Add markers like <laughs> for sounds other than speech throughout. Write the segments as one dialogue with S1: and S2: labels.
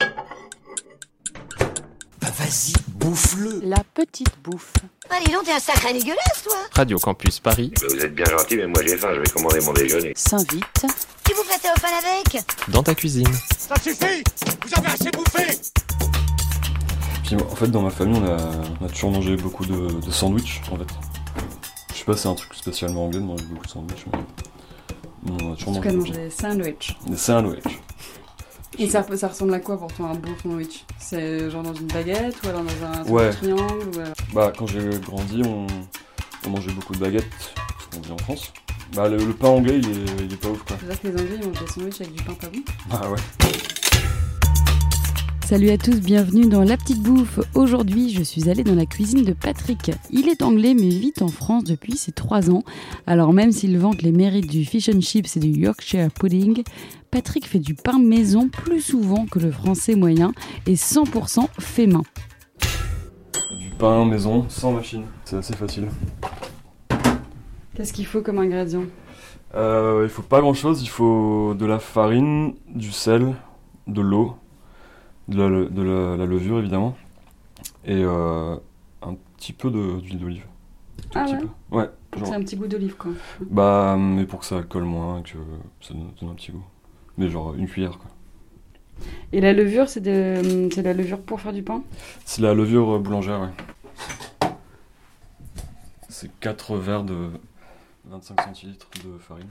S1: Bah, Vas-y, bouffe-le
S2: La petite bouffe.
S3: Allez, donc, t'es un sacré dégueulasse, toi
S4: Radio Campus Paris,
S5: Ben, Vous êtes bien gentil, mais moi j'ai faim, je vais commander mon déjeuner.
S2: S'invite.
S3: Tu vous prêtez au fan avec
S4: dans ta cuisine.
S6: Ça suffit Vous avez assez bouffé
S7: Puis en fait, dans ma famille, on a, on a toujours mangé beaucoup de, de sandwich en fait. Je sais pas, c'est un truc spécialement anglais de manger beaucoup de sandwich, mais. On a toujours
S8: En tout
S7: mangé
S8: cas,
S7: beaucoup.
S8: manger des sandwichs.
S7: Des sandwichs.
S8: Et ça, ça ressemble à quoi pour toi un bon sandwich C'est genre dans une baguette ou alors dans un
S7: Ouais.
S8: triangle ou alors-
S7: Bah, quand j'ai grandi, on, on mangeait beaucoup de baguettes, parce qu'on vit en France. Bah, le, le pain anglais, il est, il est pas ouf quoi.
S8: C'est-à-dire que les Anglais ils mangent des sandwichs avec du pain pas bon
S7: Bah ouais.
S9: Salut à tous, bienvenue dans La Petite Bouffe. Aujourd'hui, je suis allée dans la cuisine de Patrick. Il est anglais mais vit en France depuis ses 3 ans. Alors même s'il vante les mérites du fish and chips et du Yorkshire pudding, Patrick fait du pain maison plus souvent que le français moyen et 100% fait main.
S7: Du pain maison, sans machine. C'est assez facile.
S8: Qu'est-ce qu'il faut comme ingrédient
S7: Euh, il faut pas grand chose, il faut de la farine, du sel, de l'eau, de, la, de la- la levure évidemment, et euh, un petit peu de- d'huile d'olive. Tout
S8: Ah
S7: petit
S8: ouais
S7: peu. Ouais, genre-
S8: C'est un petit goût d'olive quoi.
S7: Bah, mais pour que ça colle moins, que ça donne donne un petit goût. Mais genre une cuillère quoi.
S8: Et la levure, c'est de... c'est la levure pour faire du pain
S7: C'est la levure euh, boulangère, ouais. C'est 4 verres de 25 centilitres de farine.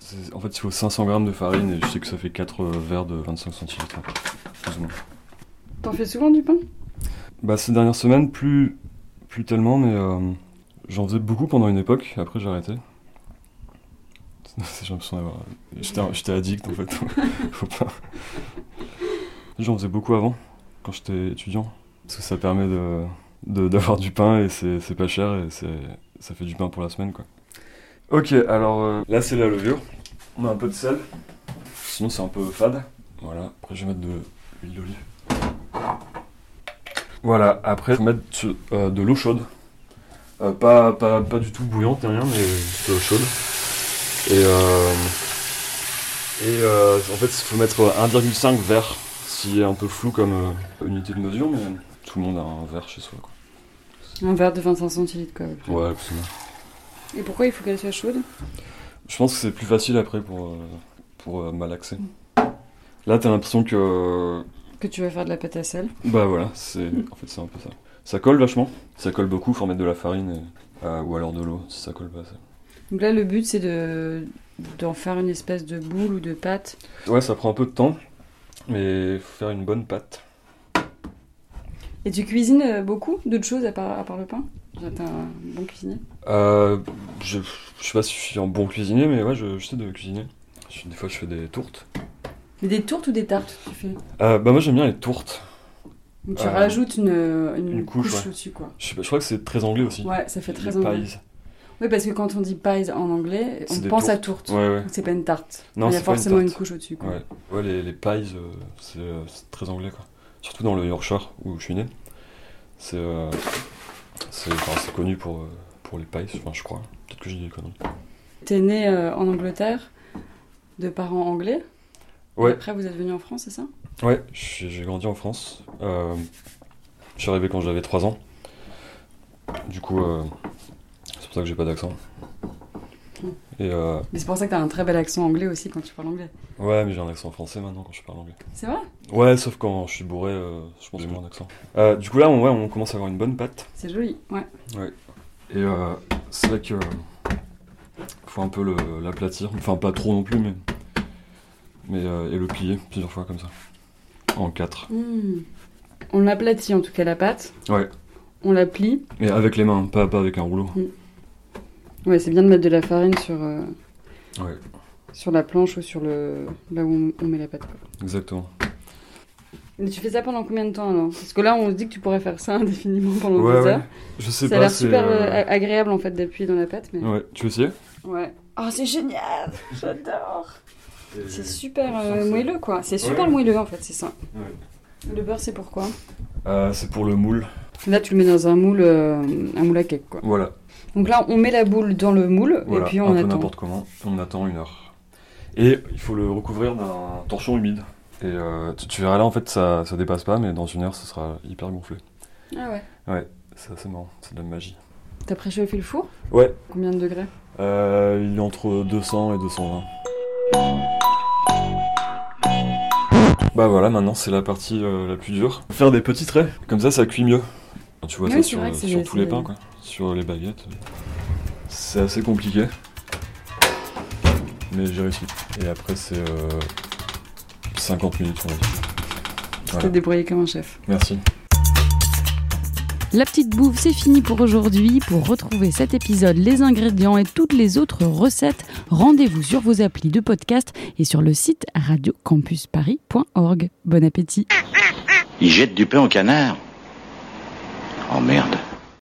S7: C'est- En fait, il faut 500 grammes de farine et je sais que ça fait 4 verres de 25 centilitres. hein, plus ou moins.
S8: T'en fais souvent du pain
S7: Bah, ces dernières semaines, plus, plus tellement, mais euh, j'en faisais beaucoup pendant une époque, après j'ai arrêté. J'ai l'impression d'avoir. J'étais un- J'étais addict en fait. <laughs> Faut pas. J'en faisais beaucoup avant, quand j'étais étudiant. Parce que ça permet de- de- d'avoir du pain et c'est c'est pas cher et c'est- ça fait du pain pour la semaine quoi. Ok, alors euh, là c'est la levure. On a un peu de sel. Sinon c'est un peu fade. Voilà, après je vais mettre de l'huile d'olive. Voilà, après, faut mettre euh, de l'eau chaude. Euh, pas, pas, pas du tout bouillante, ni rien, mais de l'eau chaude. Et, euh, et euh, en fait, il faut mettre euh, 1,5 verre, si est un peu flou comme euh, unité de mesure, mais tout le monde a un verre chez soi. Quoi.
S8: Un verre de 25 centilitres quoi. à peu près.
S7: Ouais, absolument.
S8: Et pourquoi il faut qu'elle soit chaude
S7: Je pense que c'est plus facile après pour, euh, pour euh, malaxer. Là, t'as l'impression que. euh,
S8: Que tu vas faire de la pâte à sel.
S7: Bah voilà, c'est en fait c'est un peu ça. Ça colle vachement, ça colle beaucoup, faut en mettre de la farine et- euh, ou alors de l'eau si ça colle pas. ça.
S8: Donc là, le but, c'est de d'en faire une espèce de boule ou de pâte.
S7: Ouais, ça prend un peu de temps, mais faut faire une bonne pâte.
S8: Et tu cuisines euh, beaucoup d'autres choses à part, à part le pain T'es un bon cuisinier
S7: Euh, je, je sais pas si je suis un bon cuisinier, mais ouais, je, je sais de cuisiner. Je- des fois, je fais des tourtes.
S8: Mais des tourtes ou des tartes tu fais
S7: Euh, bah moi, j'aime bien les tourtes.
S8: Donc tu
S7: Euh,
S8: rajoutes une, une,
S7: une couche,
S8: couche,
S7: ouais.
S8: au-dessus, quoi.
S7: Je, sais pas, je crois que c'est très anglais aussi.
S8: Ouais, ça fait très
S7: Les
S8: anglais.
S7: pies.
S8: Oui, parce que quand on dit pies en anglais,
S7: C'est
S8: on
S7: des
S8: pense à tourte.
S7: Ouais, ouais.
S8: Donc C'est pas une tarte.
S7: Non,
S8: Il y a
S7: c'est pas une
S8: forcément une,
S7: tarte.
S8: couche au-dessus, quoi.
S7: Ouais, ouais les, les pies, euh, c'est euh, c'est très anglais, quoi. Surtout dans le Yorkshire, où je suis né. C'est euh, c'est- enfin, c'est connu pour, euh, pour les pies, enfin, je crois. Peut-être que j'ai dit des conneries.
S8: T'es né euh, en Angleterre de parents anglais.
S7: Ouais.
S8: Après, vous êtes venu en France, c'est ça
S7: Ouais, j'ai j'ai grandi en France. Euh, je suis arrivé quand j'avais 3 ans. Du coup, euh, c'est pour ça que j'ai pas d'accent. Et euh,
S8: Mais c'est pour ça que t'as un très bel accent anglais aussi quand tu parles anglais.
S7: ouais, mais j'ai un accent français maintenant quand je parle anglais.
S8: C'est vrai
S7: Ouais, sauf quand je suis bourré, euh, je pense que j'ai un accent. Euh, du coup, là, on, ouais, on commence à avoir une bonne pâte.
S8: C'est joli, ouais.
S7: Et euh, c'est vrai que euh, faut un peu le- l'aplatir. Enfin, pas trop non plus, mais. mais euh, et le plier plusieurs fois comme ça. En 4.
S8: Hmm. On l'aplatit en tout cas la pâte.
S7: Ouais.
S8: On la plie.
S7: Et avec les mains, pas, pas avec un rouleau.
S8: Ouais, c'est bien de mettre de la farine sur, euh,
S7: Ouais.
S8: sur la planche ou sur le là où on, on met la pâte. quoi.
S7: Exactement.
S8: Mais tu fais ça pendant combien de temps alors Parce que là, on se dit que tu pourrais faire ça <laughs> indéfiniment pendant
S7: Ouais,
S8: des
S7: ouais.
S8: heures.
S7: Je sais
S8: ça a
S7: pas,
S8: l'air
S7: c'est.
S8: super
S7: euh,
S8: euh, a- agréable en fait d'appuyer dans la pâte. Mais...
S7: Ouais, tu veux essayer
S8: Ouais. Oh, c'est génial <laughs> J'adore C'est super
S7: on sent
S8: euh,
S7: que c'est-
S8: moelleux quoi. C'est super
S7: Ouais.
S8: moelleux en fait, c'est ça.
S7: Ouais.
S8: Le beurre, c'est pourquoi
S7: Euh, c'est pour le moule.
S8: Là, tu le mets dans un moule, euh, un moule à cake quoi.
S7: Voilà.
S8: Donc là, on met la boule dans le moule
S7: voilà.
S8: et puis
S7: un
S8: on
S7: peu
S8: attend.
S7: n'importe comment. On attend une heure. Et il faut le recouvrir d'un torchon humide. Et euh, tu, tu verras là, en fait, ça, ça dépasse pas, mais dans une heure, ce sera hyper gonflé.
S10: Ah ouais.
S7: C'est assez marrant, c'est de la magie.
S10: T'as préchauffé le four
S7: Ouais,
S10: Combien de degrés
S7: euh, il est entre 200 et 220. Bah voilà, maintenant c'est la partie euh, la plus dure. Faire des petits traits, comme ça ça cuit mieux. Tu vois
S10: Oui,
S7: ça
S10: c'est
S7: sur, euh,
S10: vrai que c'est-
S7: sur tous
S10: c'est-
S7: les pains, quoi. Sur les baguettes. C'est assez compliqué. Mais j'ai réussi. Et après c'est euh, 50 minutes, on va dire.
S10: Tu
S7: Voilà.
S10: t'es débrouillé comme un chef.
S7: Merci.
S8: La petite bouffe, c'est fini pour aujourd'hui. Pour retrouver cet épisode, les ingrédients et toutes les autres recettes, rendez-vous sur vos applis de podcast et sur le site radiocampusparis.org. Bon appétit
S1: Ils jettent du pain au canard. Oh merde.